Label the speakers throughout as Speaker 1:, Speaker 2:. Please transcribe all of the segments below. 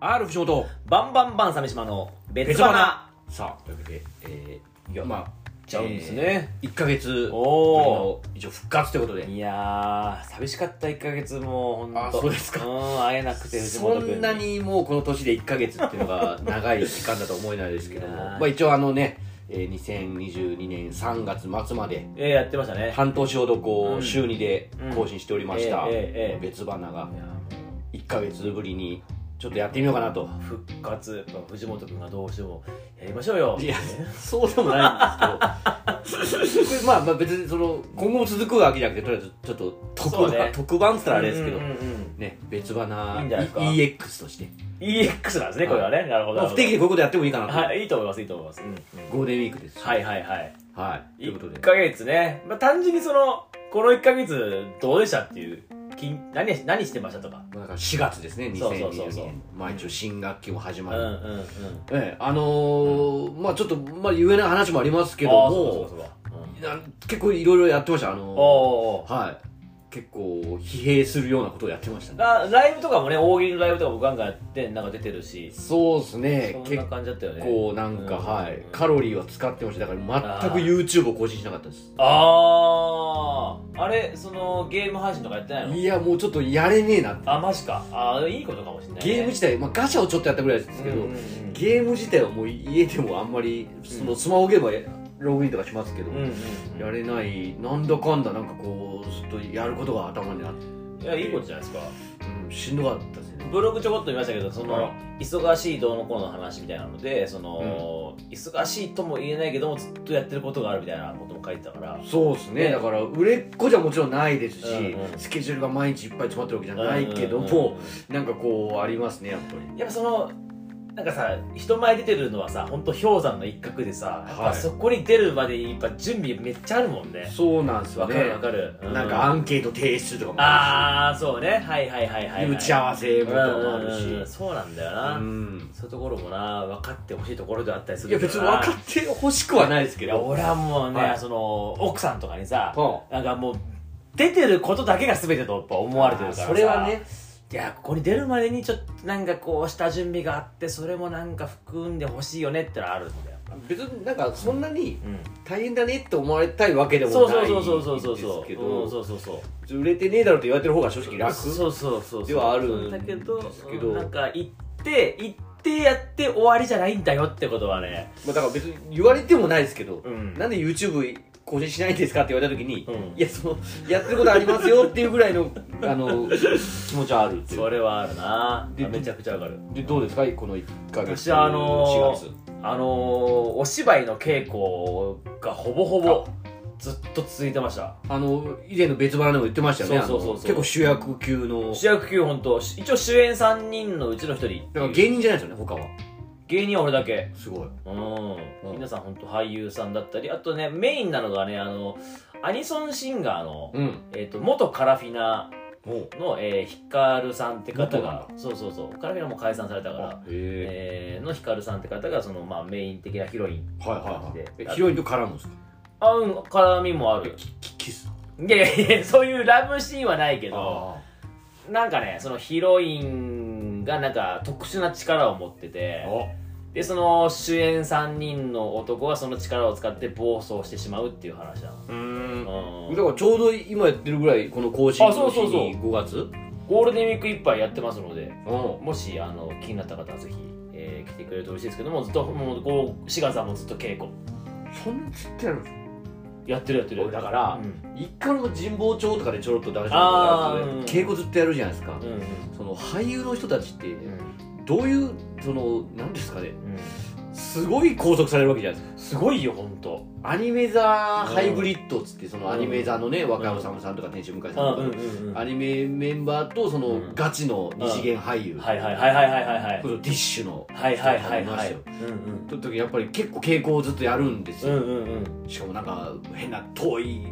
Speaker 1: R 藤本
Speaker 2: バンバンバン鮫島の別
Speaker 1: 別
Speaker 2: 花
Speaker 1: 花さあというわけで、えー、いや
Speaker 2: ま
Speaker 1: ま
Speaker 2: あ
Speaker 1: あ
Speaker 2: ちゃうんですね
Speaker 1: 1か月ぶり
Speaker 2: お
Speaker 1: の一応復活ということで
Speaker 2: いやー寂しかった1か月もうほんと
Speaker 1: あそうですか
Speaker 2: うん会えなくて藤
Speaker 1: そ
Speaker 2: 本君
Speaker 1: んなにもうこの年で1か月っていうのが長い時間だと思え ないですけども
Speaker 2: いやー
Speaker 1: まあ、一応あのね、えー、2022年3月末まで
Speaker 2: えー、やってましたね
Speaker 1: 半年ほどこ
Speaker 2: うん
Speaker 1: う週2で更新しておりました、
Speaker 2: うんええええええ
Speaker 1: 別花が
Speaker 2: いやも
Speaker 1: 1か月ぶりにちょっとやってみようかなと
Speaker 2: う復活やっぱ藤本君がどうしてもやりましょうよ
Speaker 1: いやそうでもないんですけど まあまあ別にその今後も続くわけじゃなくてとりあえずちょっと特
Speaker 2: そ
Speaker 1: 番、
Speaker 2: うね
Speaker 1: 特番っつったらあれですけど、
Speaker 2: うんうんうん
Speaker 1: ね別花
Speaker 2: いいんじゃないですか
Speaker 1: EX として
Speaker 2: EX なんですねこれはね、なるほ
Speaker 1: ま
Speaker 2: ど
Speaker 1: あ
Speaker 2: なる
Speaker 1: 不
Speaker 2: ほ
Speaker 1: 定期で
Speaker 2: ど
Speaker 1: こういうことやってもいいかなと、
Speaker 2: はいいいと思いますいいと思います、うんうん
Speaker 1: ゴールデンウィークです
Speaker 2: はいはいはい
Speaker 1: はいということ
Speaker 2: 1
Speaker 1: で
Speaker 2: ヶ月ね、まあ、単純にそのこの1ヶ月どうでしたっていうき何何してましたとか
Speaker 1: まあだから4月ですね2022年
Speaker 2: そうそうそうそう
Speaker 1: まあ一応新学期も始
Speaker 2: う
Speaker 1: ま
Speaker 2: んう
Speaker 1: る、
Speaker 2: んうん
Speaker 1: ええあのーまあちょっと、まあ、言えない話もありますけど
Speaker 2: ああそ
Speaker 1: も
Speaker 2: うかそうかそうか、うん
Speaker 1: な結構いろいろやってましたあのー
Speaker 2: おーおー
Speaker 1: はい結構疲弊するようなことをやってましたね
Speaker 2: あライブとかもね大喜利のライブとかもガンガンやってなんか出てるし
Speaker 1: そうですね
Speaker 2: そん
Speaker 1: 結
Speaker 2: な感じだったよね
Speaker 1: 構なんか、
Speaker 2: うん
Speaker 1: はい
Speaker 2: うん
Speaker 1: カロリーは使ってましただから全く
Speaker 2: あー
Speaker 1: YouTube を更新しなかったです
Speaker 2: あああれそのゲーム配信とかやってないの
Speaker 1: いやもうちょっとやれねえなって
Speaker 2: あマジかあーいいことかもしれないね、
Speaker 1: ゲーム自体、まあ、ガシャをちょっとやったぐらいですけど、
Speaker 2: うんうんうん
Speaker 1: ゲーム自体はもう家でもあんまりそのスマホゲームはログインとかしますけど、
Speaker 2: うんうんうん
Speaker 1: やれないなんだかんだなんかこうずっとやることが頭にあって、
Speaker 2: いやいいことじゃないですか
Speaker 1: うんしんどかったですね
Speaker 2: ブログちょこっと見ましたけどそ
Speaker 1: あ
Speaker 2: の
Speaker 1: ら
Speaker 2: 忙しいどうのこうの話みたいなのでその、忙しいとも言えないけどもずっとやってることがあるみたいなことも書いてたから
Speaker 1: そうですね
Speaker 2: ね
Speaker 1: だから売れっ子じゃもちろんないですし、
Speaker 2: うんうん
Speaker 1: スケジュールが毎日いっぱい詰まってるわけじゃないけども、なんかこうありますねやっぱり
Speaker 2: うんやっぱそのなんかさ人前出てるのはさ本当氷山の一角でさやっぱ
Speaker 1: はい
Speaker 2: そこに出るまでにやっぱ準備めっちゃあるもんね
Speaker 1: そうなんですよ
Speaker 2: わ、
Speaker 1: ね
Speaker 2: かるわかる、う
Speaker 1: なんかアンケート提出とかもあ
Speaker 2: ああそうねはいはいはいはい、
Speaker 1: るし、
Speaker 2: はい、
Speaker 1: 打ち合わせもとかもある
Speaker 2: うんうんうん
Speaker 1: し
Speaker 2: そうなんだよ
Speaker 1: う
Speaker 2: な、
Speaker 1: ん
Speaker 2: そういうところもな分かってほしいところではあったりす
Speaker 1: い
Speaker 2: る
Speaker 1: や
Speaker 2: け
Speaker 1: 別
Speaker 2: ど
Speaker 1: に
Speaker 2: な
Speaker 1: 分かってほしくはないですけ
Speaker 2: いや
Speaker 1: ど
Speaker 2: 俺はもうね、
Speaker 1: はい
Speaker 2: その奥さんとかにさ、
Speaker 1: は
Speaker 2: なんかもう出てることだけが全てとやっぱ思われてるからさ
Speaker 1: それはね
Speaker 2: いやここに出るまでにちょっとなんかこう下準備があってそれもなんか含んでほしいよねってのはあるんだよ、
Speaker 1: 別になんかそんなに
Speaker 2: うん、
Speaker 1: 大変だねって思われたいわけでも
Speaker 2: そう
Speaker 1: な
Speaker 2: そ
Speaker 1: いん
Speaker 2: う
Speaker 1: で
Speaker 2: そ
Speaker 1: す
Speaker 2: うそうそうそうそう
Speaker 1: け
Speaker 2: うん
Speaker 1: ど
Speaker 2: そうそうそう
Speaker 1: 売れてねえだろって言われてる方が正直楽
Speaker 2: そうそうそう
Speaker 1: ではあるん
Speaker 2: だけど
Speaker 1: ですけど
Speaker 2: うんなんか行って行ってやって終わりじゃないんだよってことはね
Speaker 1: まあ、だから別に言われてもないですけど、
Speaker 2: うん
Speaker 1: なんで YouTube 更新しないんですかって言われた時に、
Speaker 2: うん
Speaker 1: いやそのやってることありますよっていうぐらいのあの気持ちはあるっていう
Speaker 2: それはあるな
Speaker 1: で
Speaker 2: めちゃくちゃわかる
Speaker 1: でどうですかこの1ヶ月
Speaker 2: 私はあの
Speaker 1: 4
Speaker 2: ーあのー、お芝居の稽古がほぼほぼずっと続いてました
Speaker 1: あの以前の別腹でも言ってましたよね
Speaker 2: そうそうそうそう
Speaker 1: あの結構主役級の
Speaker 2: 主役級本当一応主演3人のうちの1人
Speaker 1: だから芸人じゃないですよね他は
Speaker 2: 芸人は俺だけ
Speaker 1: すごい
Speaker 2: う
Speaker 1: うん
Speaker 2: ん、皆さん本当俳優さんだったりあとねメインなのがねあのアニソンシンガーの、
Speaker 1: うん
Speaker 2: えー、と元カラフィナ
Speaker 1: もう
Speaker 2: の、えー、ヒカルさんって方
Speaker 1: 元な
Speaker 2: がそうそうそうカラフィナも解散されたから
Speaker 1: あ、へ
Speaker 2: えーのヒカルさんって方がその、まあ、メイン的なヒロイン
Speaker 1: えはいはいはいえ
Speaker 2: あ
Speaker 1: ヒロインと絡むんですか
Speaker 2: あうん絡みもある
Speaker 1: キキキス
Speaker 2: いやいやいやそういうラブシーンはないけど
Speaker 1: あ
Speaker 2: なんかねそのヒロインがなんか特殊な力を持ってて
Speaker 1: ああ
Speaker 2: でその主演3人の男がその力を使って暴走してしまうっていう話な
Speaker 1: うーん
Speaker 2: の、うん
Speaker 1: だからちょうど今やってるぐらいこの更新
Speaker 2: あそ
Speaker 1: の
Speaker 2: う
Speaker 1: 日
Speaker 2: そうそう
Speaker 1: に5月
Speaker 2: ゴールデンウィークいっぱいやってますので
Speaker 1: うん
Speaker 2: もしあの気になった方はぜひ、えー来てくれると嬉しいですけどもずっともうこう志賀さんもずっと稽古
Speaker 1: そんなちっちゃいの
Speaker 2: やってるやってる
Speaker 1: 俺だから
Speaker 2: うん
Speaker 1: 一回も神保町とかでちょろっと出し
Speaker 2: あーうん
Speaker 1: 稽古ずっとやるじゃないですか、
Speaker 2: うんうん
Speaker 1: その俳優の人たちって
Speaker 2: うん
Speaker 1: どういうそのなんですかね
Speaker 2: うん
Speaker 1: すごい拘束されるわけじゃないですか
Speaker 2: すごいよ本当
Speaker 1: アニメ座ハイブリッドっつってそのアニメ座のね
Speaker 2: ん
Speaker 1: 若山さんさんとか天使向井さん
Speaker 2: あ
Speaker 1: とか、
Speaker 2: うんうんうん
Speaker 1: ア
Speaker 2: はい
Speaker 1: ニメメンバーとそうの
Speaker 2: ん
Speaker 1: ガチの二次元俳優、
Speaker 2: はいはいはいはいはいはい
Speaker 1: これディッシュの
Speaker 2: はいはいはい
Speaker 1: 人とかも
Speaker 2: は
Speaker 1: ました
Speaker 2: い。
Speaker 1: よ
Speaker 2: うん
Speaker 1: と時やっぱり結構傾向をずっとやるんです
Speaker 2: う
Speaker 1: よ、
Speaker 2: んうんうん。
Speaker 1: しかもなんか変な遠い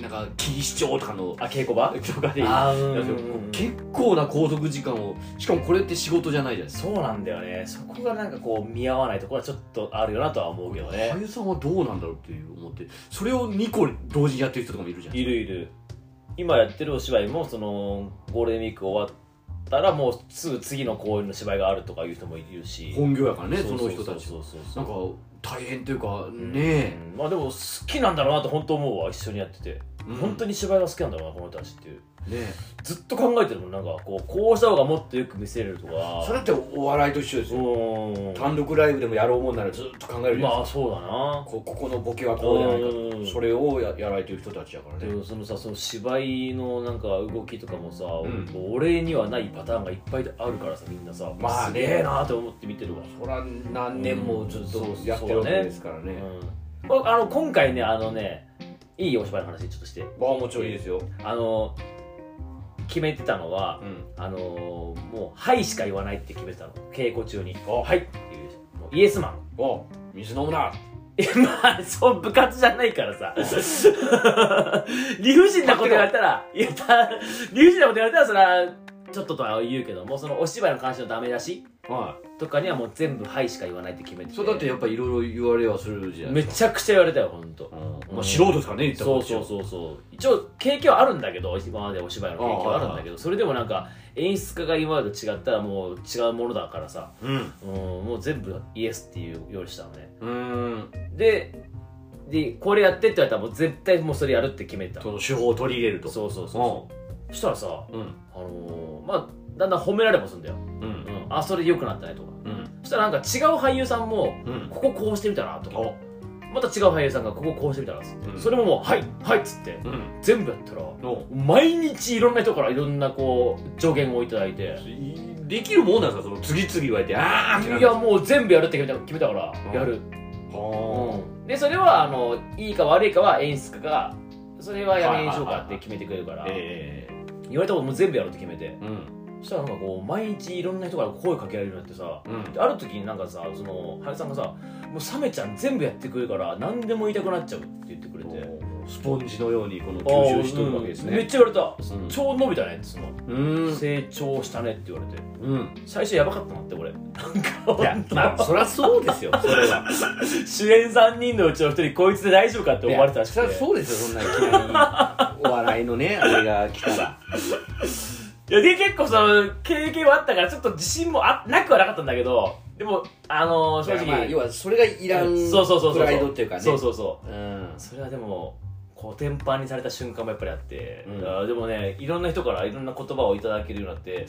Speaker 1: なんか錦糸町とかの
Speaker 2: あ稽古場？
Speaker 1: とかで
Speaker 2: あうん
Speaker 1: やる
Speaker 2: うん
Speaker 1: んですよ
Speaker 2: うん。
Speaker 1: 結構な拘束時間をしかもこれって仕事じゃないじゃないです
Speaker 2: そうなんだよね。そこがなんかこう見合わないところはちょっとあるよなとは思うけど
Speaker 1: か
Speaker 2: ね
Speaker 1: 俳。優さんはどうなんだろうっていう思ってそれを2個同時にやってる人とかもいるじゃない
Speaker 2: いるいる。今やってるお芝居もそのゴールデンウィーク終わっったらもうすぐ次の公演の芝居があるとかいう人もいるし
Speaker 1: 本業やからねその人
Speaker 2: う
Speaker 1: た
Speaker 2: う
Speaker 1: ち
Speaker 2: そうそうそ
Speaker 1: なん
Speaker 2: う
Speaker 1: か大変というか
Speaker 2: うん
Speaker 1: ね
Speaker 2: うんまあでも好きなんだろうなって本当思うわ一緒にやってて、
Speaker 1: うん
Speaker 2: 本当に芝居が好きなんだろうなこの人たちっていう
Speaker 1: えね
Speaker 2: ずっと考えてるもんなんかこうこうした方がもっとよく見せれるとか
Speaker 1: えそれってお笑いと一緒です
Speaker 2: う
Speaker 1: よ
Speaker 2: ーん
Speaker 1: 単独ライブでもやろうもんならずっと考えるじゃないですか
Speaker 2: まあそうだな
Speaker 1: こここのボケはこうじゃないか
Speaker 2: うん
Speaker 1: とそれをややられてる人たちやから
Speaker 2: で
Speaker 1: ね
Speaker 2: もそのさその芝居のなんか動きとかもさ、
Speaker 1: ん
Speaker 2: もう俺にはないパターンがいっぱいあるからさみんなさ、
Speaker 1: まあね
Speaker 2: すげえなーって思って見てるわ、
Speaker 1: そら何年もずっと
Speaker 2: うん
Speaker 1: やってるわけですから
Speaker 2: う
Speaker 1: ね
Speaker 2: んこれあの今回ねあのねいいお芝居の話ちょっとして
Speaker 1: ああもちろんいいですよ
Speaker 2: あの決めてたのは、
Speaker 1: うん
Speaker 2: あのもう「はい」しか言わないって決めてたの稽古中に「はい」っていうもうイエスマン
Speaker 1: お水飲むな
Speaker 2: まあそう部活じゃないからさ 理不尽なこと言われたらいやた理不尽なこと言われたらそれはちょっととは言うけどもそのお芝居の関してのダメ出し
Speaker 1: は
Speaker 2: とかにはもう全部「はい」しか言わないって決め
Speaker 1: い
Speaker 2: てて
Speaker 1: そうだってやっぱいろいろ言われはするじゃない
Speaker 2: め
Speaker 1: ですか
Speaker 2: ちゃくちゃ言われたよほんと
Speaker 1: うんまあ素人ですからね言ったこ
Speaker 2: そ
Speaker 1: と
Speaker 2: うそうそうそう一応経験はあるんだけど今までお芝居の経験はあるんだけどそれでもなんか演出家が今までと違ったらもう違うものだからさ、
Speaker 1: うん
Speaker 2: うん、もう全部イエスっていうようにしたのね
Speaker 1: うーん
Speaker 2: ででこれやってって言われたらもう絶対もうそれやるって決めてた
Speaker 1: そ
Speaker 2: の
Speaker 1: の手法を取り入れると
Speaker 2: そうそうそうそしたらさ
Speaker 1: うんうん
Speaker 2: あのーまあだんだん褒められもするんだよ、
Speaker 1: う
Speaker 2: うんん、あそれ良くなったねとか
Speaker 1: うん
Speaker 2: そしたらなんか違う俳優さんも
Speaker 1: うん
Speaker 2: こここうしてみたなとか
Speaker 1: お
Speaker 2: また違う俳優さんがこここうしてみたなっつって、
Speaker 1: うん
Speaker 2: それももう「はいはい」っつって
Speaker 1: うん
Speaker 2: 全部やったら
Speaker 1: の
Speaker 2: 毎日いろんな人からいろんなこう助言をいただいて
Speaker 1: できるもんなんですかその次々言われてああってないる
Speaker 2: やもう全部やるって決めた決めたから
Speaker 1: うん
Speaker 2: やる、
Speaker 1: は
Speaker 2: でそれはあのいいか悪いかは演出家がそれはやめにしよう
Speaker 1: はい
Speaker 2: か
Speaker 1: はいはい
Speaker 2: っ
Speaker 1: は
Speaker 2: て
Speaker 1: い
Speaker 2: 決めてくれるから
Speaker 1: あええ
Speaker 2: 言われたことも全部やるって決めて
Speaker 1: うん
Speaker 2: そしたらなんかこう毎日いろんな人から声かけられるようになってさ
Speaker 1: うん
Speaker 2: である時になんかさその羽根さんがさ「もうサメちゃん全部やってくれるから何でも言いたくなっちゃう」って言ってくれて
Speaker 1: スポンジのようにこの
Speaker 2: あー
Speaker 1: 吸収しとるわけです
Speaker 2: うんめっ
Speaker 1: ね
Speaker 2: ちゃ言われた、
Speaker 1: うん
Speaker 2: 超伸びたねってその、
Speaker 1: うん
Speaker 2: 成長したねって言われて
Speaker 1: うん
Speaker 2: 最初やばかったなって俺なんか
Speaker 1: いや
Speaker 2: 本当
Speaker 1: まあそりゃそうですよそれは
Speaker 2: 主演3人のうちの1人こいつで大丈夫かって思われたらし
Speaker 1: いや
Speaker 2: く
Speaker 1: そりゃ
Speaker 2: て
Speaker 1: そうですよそんないきなりお笑いの ねあれが来たら
Speaker 2: いやで結構その経験はあったからちょっと自信もあなくはなかったんだけどでもあのー正直、
Speaker 1: まあ要はそれがいらん
Speaker 2: そうそうそうそう
Speaker 1: プライドっていうかね
Speaker 2: そうそうそ
Speaker 1: う
Speaker 2: う
Speaker 1: ん
Speaker 2: それはでもこう天板にされた瞬間もやっぱりあって、
Speaker 1: うん
Speaker 2: あーでもねいろんな人からいろんな言葉をいただけるようになって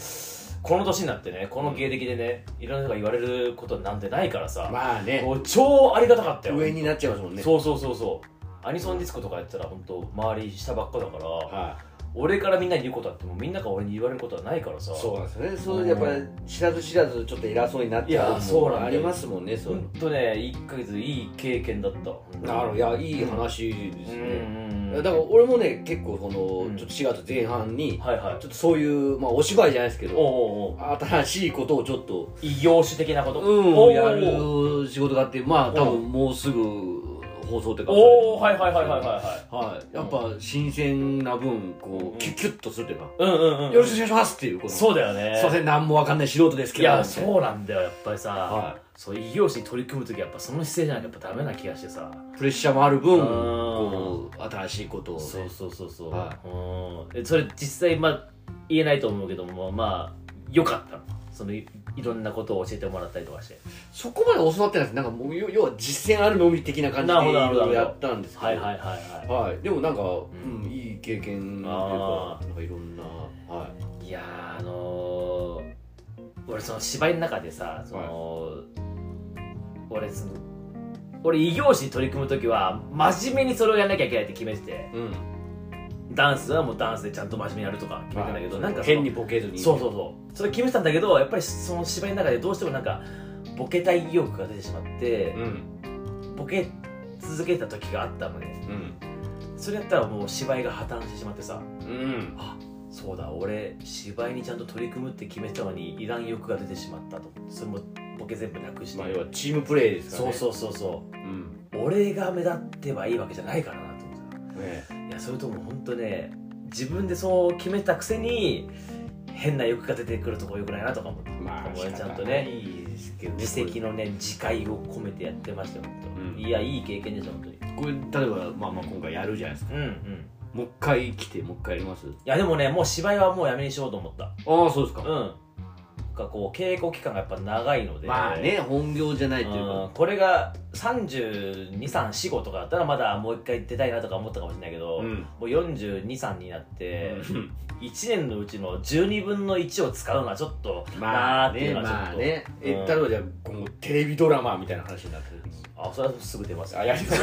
Speaker 2: この年になってねこの芸歴でねいろんな人が言われることなんてないからさ、
Speaker 1: まあね
Speaker 2: もう超ありがたかったよ
Speaker 1: 上になっちゃいますもんね
Speaker 2: そうそうそうそうアニソンディスコとかやってたら本当周り下ばっかだから、
Speaker 1: は
Speaker 2: 俺からみんなに言うことあってもみんなが俺に言われることはないからさ
Speaker 1: いそうなんですよねそうやっぱ知らず知らずちょっと偉そうになっち
Speaker 2: いや
Speaker 1: ゃうのも
Speaker 2: そうなんだよ
Speaker 1: ありますもんねそういう
Speaker 2: 本当ね1ヶ月いい経験だった
Speaker 1: のなるほどいやいい話で
Speaker 2: う
Speaker 1: す
Speaker 2: ん
Speaker 1: ね
Speaker 2: うんう
Speaker 1: だ
Speaker 2: ん
Speaker 1: から俺もね結構こ
Speaker 2: うん
Speaker 1: のちょっと4月前半に
Speaker 2: はいはい
Speaker 1: ちょっとそういうまあお芝居じゃないですけ
Speaker 2: お
Speaker 1: ど
Speaker 2: うおうおう
Speaker 1: 新しいことをちょっと
Speaker 2: 異業種的なことおうおうお
Speaker 1: う、
Speaker 2: うん
Speaker 1: やる仕事があってまあ多
Speaker 2: う
Speaker 1: 分もうすぐ放送ってか
Speaker 2: おおはいはいはいはいはいはい
Speaker 1: はいやっぱ新鮮な分こ
Speaker 2: うん
Speaker 1: うキュッキュッとするというか、
Speaker 2: うんうんうん
Speaker 1: よろしくお願いしますっていうこの
Speaker 2: そうだよね
Speaker 1: すいません何もわかんない素人ですけ
Speaker 2: い
Speaker 1: ど
Speaker 2: や
Speaker 1: みたな
Speaker 2: そうなんだよやっぱりさ、
Speaker 1: は
Speaker 2: そう異業種に取り組む時やっぱその姿勢じゃなきゃやっぱダメな気がしてさ
Speaker 1: プレッシャーもある分
Speaker 2: うん
Speaker 1: こう新しいことをね
Speaker 2: そうそうそうそう、
Speaker 1: は
Speaker 2: うんえそれ実際まあ言えないと思うけどもまあ良かったのそのいいろんなことを教えてもらったりとかして
Speaker 1: そこまで教わってないですなんかもう要要は実践あるのみ的な感じで
Speaker 2: なるほ
Speaker 1: い
Speaker 2: どなるほど
Speaker 1: ろいろやったんですけど
Speaker 2: はいはいはいは
Speaker 1: はいでもなんか、
Speaker 2: ん
Speaker 1: うんいい経験という
Speaker 2: あ
Speaker 1: かなんかいろんなはい
Speaker 2: いやーあのー俺その芝居の中でさその、俺その俺異業種に取り組む時は真面目にそれをやんなきゃいけないって決めてて
Speaker 1: いうん
Speaker 2: ダンスはもうダンスでちゃんと真面目にやるとか決めてんだけど、
Speaker 1: はい
Speaker 2: なんかその
Speaker 1: 変にボケずに
Speaker 2: そうそうそうそれ決めてたんだけどやっぱりその芝居の中でどうしてもなんかボケたい意欲が出てしまって、
Speaker 1: うん
Speaker 2: ボケ続けた時があったのね
Speaker 1: うん
Speaker 2: それやったらもう芝居が破綻してしまってさ
Speaker 1: うん
Speaker 2: そうだ俺芝居にちゃんと取り組むって決めてたのにいらん欲が出てしまったと思ってそれもボケ全部なくして、
Speaker 1: まあ要はチームプレーですから
Speaker 2: そ
Speaker 1: ね
Speaker 2: うそうそうそ
Speaker 1: うん
Speaker 2: う俺が目立ってばいいわけじゃないからなと思って
Speaker 1: ね
Speaker 2: いやそれとも本当ね自分でそう決めたくせに変な欲が出てくるとこ良くないなとか思って、
Speaker 1: まあ
Speaker 2: これちゃん
Speaker 1: 仕方
Speaker 2: とね
Speaker 1: ないですけど
Speaker 2: 自責のね自戒を込めてやってましたよ本
Speaker 1: う
Speaker 2: 当、
Speaker 1: ん
Speaker 2: いやいい経験でした本当に
Speaker 1: これ例えばまあまあ今回やるじゃないですか
Speaker 2: うんうん
Speaker 1: もう一回来てもう一回やります
Speaker 2: やでもねもう芝居はもうやめにしようと思った
Speaker 1: ああそうですか、
Speaker 2: うんなんかこう稽古期間がやっぱ長いので
Speaker 1: まあね本業じゃないという
Speaker 2: うん
Speaker 1: か
Speaker 2: これが32345とかだったらまだもう一回出たいなとか思ったかもしれないけど、
Speaker 1: うん
Speaker 2: もう423になって、
Speaker 1: うん
Speaker 2: 1年のうちの12分の1を使うのはちょっと
Speaker 1: ま
Speaker 2: なー
Speaker 1: あ
Speaker 2: ってい
Speaker 1: ね
Speaker 2: うのはちょっと、
Speaker 1: まあね
Speaker 2: うん
Speaker 1: え例えばじゃあ今後テレビドラマみたいな話になってるんです
Speaker 2: あそれはすぐ出ます
Speaker 1: あやりそう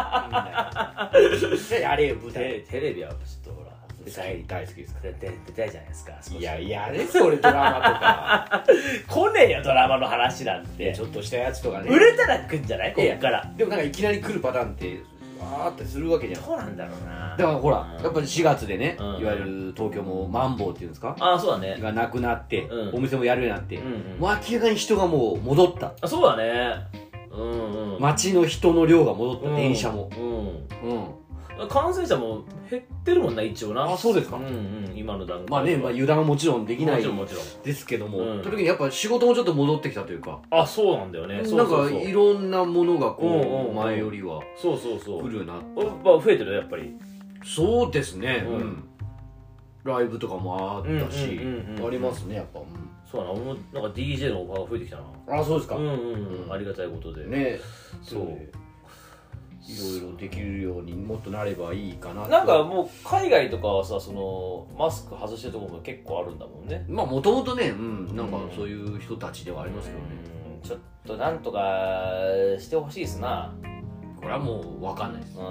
Speaker 1: じゃあやれよ舞
Speaker 2: テレ
Speaker 1: 台
Speaker 2: テレビはちょっとほら
Speaker 1: 舞台大好きですか
Speaker 2: 出出出たいじゃないですか少し
Speaker 1: いややれそれドラマと か
Speaker 2: 来ねえよドラマの話な
Speaker 1: い
Speaker 2: ん
Speaker 1: や
Speaker 2: て
Speaker 1: ちょっとしたやつとかね
Speaker 2: 売れたら来んじゃないこ
Speaker 1: いや
Speaker 2: っから
Speaker 1: でもなんかいきなり来るパターンってわーってするわけじゃん
Speaker 2: どうなんだろうな
Speaker 1: だからほら
Speaker 2: うん
Speaker 1: やっぱり4月でね
Speaker 2: うん
Speaker 1: いわゆる東京もマンボウっていうんですか
Speaker 2: あそうだね
Speaker 1: がなくなって
Speaker 2: うん
Speaker 1: お店もやるようになって
Speaker 2: うんうん
Speaker 1: もう明らかに人がもう戻った
Speaker 2: あそうだねうんうん
Speaker 1: 街の人の量が戻っ
Speaker 2: う
Speaker 1: た
Speaker 2: ん
Speaker 1: 電車も
Speaker 2: うん
Speaker 1: うん
Speaker 2: 感染者も減ってるもんな一応な
Speaker 1: あそうですか
Speaker 2: うんうん今の段階
Speaker 1: まあねまあ油断はもちろんできな
Speaker 2: も
Speaker 1: い
Speaker 2: ちろんもちろん
Speaker 1: ですけども
Speaker 2: うん
Speaker 1: その時にやっぱ仕事もちょっと戻ってきたというか
Speaker 2: あそうなんだよね
Speaker 1: なんかいろんなものが
Speaker 2: うんうん
Speaker 1: こ
Speaker 2: う
Speaker 1: うん前よりは
Speaker 2: そうそうそうそう
Speaker 1: 来
Speaker 2: そう
Speaker 1: るようになっ
Speaker 2: やっぱ増えてるやっぱり
Speaker 1: そうですね
Speaker 2: うん
Speaker 1: うんライブとかもあったし
Speaker 2: うんうんうんうん
Speaker 1: ありますねやっぱうん
Speaker 2: そうだな俺もなんか DJ のオファーが増えてきたな
Speaker 1: あそうですか
Speaker 2: うんうんう
Speaker 1: うんん
Speaker 2: ありがたいことで
Speaker 1: ね
Speaker 2: そう
Speaker 1: いろいろできるようにもっとなればいいかなと
Speaker 2: なんかもう海外とかはさそのマスク外してるとこも結構あるんだもんね
Speaker 1: まあもともとね、うん、なんかそういう人たちではありますけどね、
Speaker 2: うんちょっとなんとかしてほしいですな
Speaker 1: これはもう分かんないです
Speaker 2: う、ん
Speaker 1: う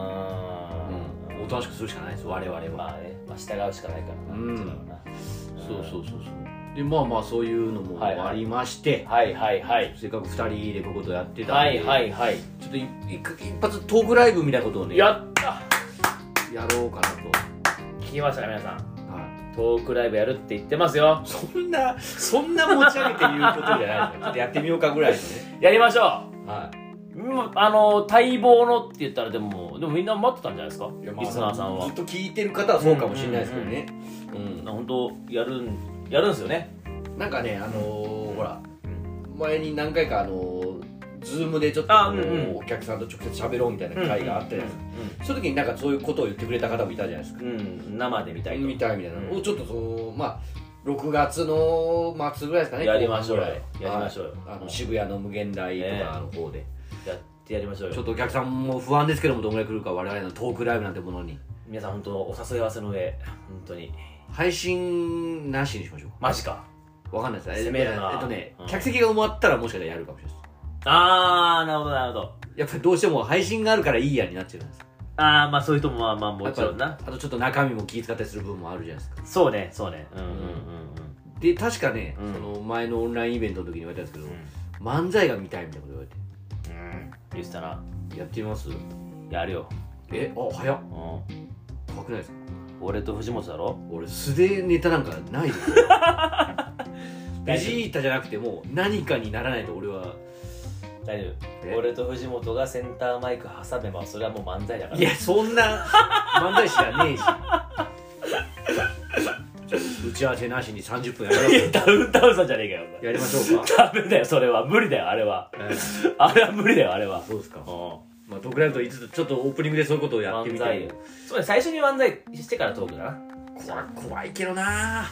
Speaker 1: ん、おとなしくするしかないです我々は、
Speaker 2: まあね、まあ、従うしかないからな、
Speaker 1: うん
Speaker 2: こっちだからな
Speaker 1: そうそうそうそうでまあまあそういうのも
Speaker 2: はいはい
Speaker 1: ありまして、
Speaker 2: はいはいはい
Speaker 1: せっかく2人でこういうことやってた
Speaker 2: は
Speaker 1: んで、
Speaker 2: いはいはい
Speaker 1: ちょっとい一一発トークライブみたいなことをね
Speaker 2: やった
Speaker 1: やろうかな
Speaker 2: 聞きましたか皆さん
Speaker 1: と、は
Speaker 2: トークライブやるって言ってますよ
Speaker 1: い、そんなそんな持ち上げて言うことじゃないですよちょっとやってみようかぐらいのね、
Speaker 2: やりましょ
Speaker 1: は
Speaker 2: ううんあの待望のって言ったらでもでもみんな待ってたんじゃないですか
Speaker 1: いいやまあ
Speaker 2: リスナーさんは
Speaker 1: ずっと聞いてる方はそうかもしれないですけどね、うん
Speaker 2: 本当やるんやるんですよね
Speaker 1: なんかね、あのーほら、前に何回か、あのー、ズームでちょっと
Speaker 2: あ
Speaker 1: こう
Speaker 2: うんうん
Speaker 1: お客さんと直接喋ろうみたいな会があったじゃないですか、
Speaker 2: う
Speaker 1: その時になんかそういうことを言ってくれた方もいたじゃないですか、
Speaker 2: ん、うん、生で見たいと
Speaker 1: みたいみたいな、
Speaker 2: うん
Speaker 1: ちょっとそのまあ6月の末ぐらいですかね
Speaker 2: やりましょうよ
Speaker 1: 後半ぐらい
Speaker 2: やりましょうよ
Speaker 1: はいあの渋谷の無限大とかの方で、
Speaker 2: やってやりましょうよ
Speaker 1: ちょっとお客さんも不安ですけどもどんぐらい来るか我々のトークライブなんてものに
Speaker 2: 皆さん本当お誘い合わせの上本当に
Speaker 1: 配信なしにしましょ
Speaker 2: マジか
Speaker 1: うわかんないです
Speaker 2: 攻めるな
Speaker 1: えっとね、
Speaker 2: うん
Speaker 1: 客席が埋まったらもしかしたらやるかもしれないです
Speaker 2: ああなるほどなるほど
Speaker 1: やっぱりどうしても配信があるからいいやになっちゃうんです
Speaker 2: ああまあそういう人もまあまあもちろん
Speaker 1: やっ
Speaker 2: な
Speaker 1: ぱあとちょっと中身も気遣ったりする部分もあるじゃないですか
Speaker 2: そうねそうねうんうんうん
Speaker 1: で確かね、
Speaker 2: うん
Speaker 1: その前のオンラインイベントの時に言われたんですけど、
Speaker 2: うん
Speaker 1: 漫才が見たいみたいなこと言われ
Speaker 2: うんうん言ってたな
Speaker 1: てやってみます
Speaker 2: やるよ、
Speaker 1: えあ早っ
Speaker 2: うん、
Speaker 1: 怖くないですか
Speaker 2: 俺と藤本だろ
Speaker 1: 俺素でネタなんかない ですベジータじゃなくてもう何かにならないと俺は
Speaker 2: 大丈
Speaker 1: え
Speaker 2: 夫俺と藤本がセンターマイク挟めばそれはもう漫才だから
Speaker 1: いやそんな漫才師じゃねえし打ち合わせなしに30分やりま
Speaker 2: い
Speaker 1: しょ
Speaker 2: やダウンタウンさんじゃねえかよ
Speaker 1: うやりましょ うか、
Speaker 2: ダメだよそれは無理だよあれは
Speaker 1: えー
Speaker 2: あれは無理だよあれは
Speaker 1: そうですか
Speaker 2: う
Speaker 1: まあ、トークライブと言いつつちょっとオープニングでそういうことをやってみたい
Speaker 2: 漫才そうね最初に漫才してからトークだな
Speaker 1: これは怖いけどな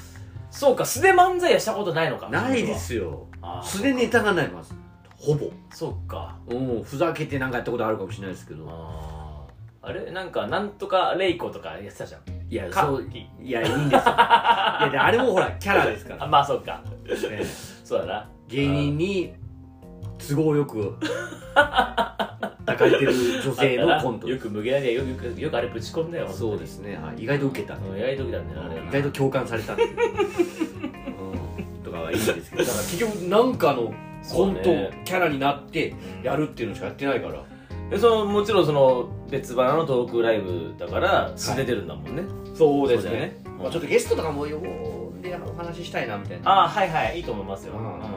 Speaker 2: そうか素で漫才はしたことないのか
Speaker 1: ないですよ
Speaker 2: あー
Speaker 1: 素でネタがないますほぼ
Speaker 2: そうか
Speaker 1: うんふざけてなんかやったことあるかもしれないですけど
Speaker 2: あーあれなんかなんとかレイコとかやってたじゃん
Speaker 1: いや
Speaker 2: か
Speaker 1: そういやいいんです よいやであれもほらキャラですから、
Speaker 2: あまあそうか
Speaker 1: ええ
Speaker 2: そうだな
Speaker 1: 芸人に都合よく抱えてる女性のコント
Speaker 2: あったなよく無限大でよくよくよくあれぶち込んだよ
Speaker 1: そうですね、はい、意外と受けた、
Speaker 2: うんやりときだねあれ
Speaker 1: 意外と共感されたんでうんとかはいいんですけどだから結局なんかのコント、
Speaker 2: そうね
Speaker 1: キャラになってやるっていうのしかやってないから
Speaker 2: でそのもちろんその別腹のトークライブだから素で出るんだもんね、
Speaker 1: そう
Speaker 2: ですね
Speaker 1: まあ、ちょっとゲストとかも呼んでお話ししたいなみたいな
Speaker 2: ああはいはいいいと思いますよ、
Speaker 1: うん
Speaker 2: うん
Speaker 1: まあ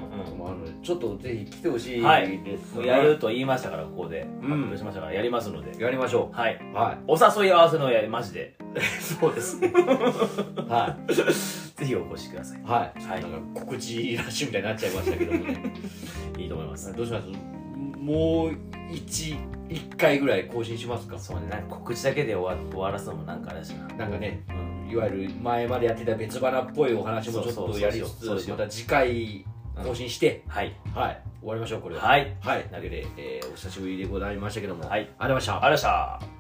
Speaker 1: あのちょっとぜひ来てほしい
Speaker 2: はい
Speaker 1: です
Speaker 2: う
Speaker 1: ね
Speaker 2: ん、やると言いましたからここで
Speaker 1: ん
Speaker 2: 発表しましたからやりますので、
Speaker 1: やりましょ
Speaker 2: はい、
Speaker 1: うは
Speaker 2: お誘い合わせのやりマジで
Speaker 1: いそうですねは
Speaker 2: ぜひお越しくださ
Speaker 1: いはい、
Speaker 2: はい
Speaker 1: なんか告知ラッシュみた いになっちゃいましたけどもね
Speaker 2: いいいと思います
Speaker 1: どうしますもう一1回ぐらい更新しますか
Speaker 2: そうねなんか告知だけで終わ終わらすのもなんかあれだしな
Speaker 1: なんかね
Speaker 2: うん
Speaker 1: いわゆる前までやってた別腹っぽいお話もち
Speaker 2: そ
Speaker 1: ょっ
Speaker 2: うそうそうそ
Speaker 1: と
Speaker 2: う
Speaker 1: やり
Speaker 2: そう
Speaker 1: つ
Speaker 2: し
Speaker 1: つ
Speaker 2: よう
Speaker 1: また次回更新して、
Speaker 2: はい
Speaker 1: はい終わりましょうこれは
Speaker 2: はい
Speaker 1: はい、なわけで、えーお久しぶりでございましたけども、
Speaker 2: は
Speaker 1: あ
Speaker 2: い
Speaker 1: りがとうございました
Speaker 2: ありがとうございました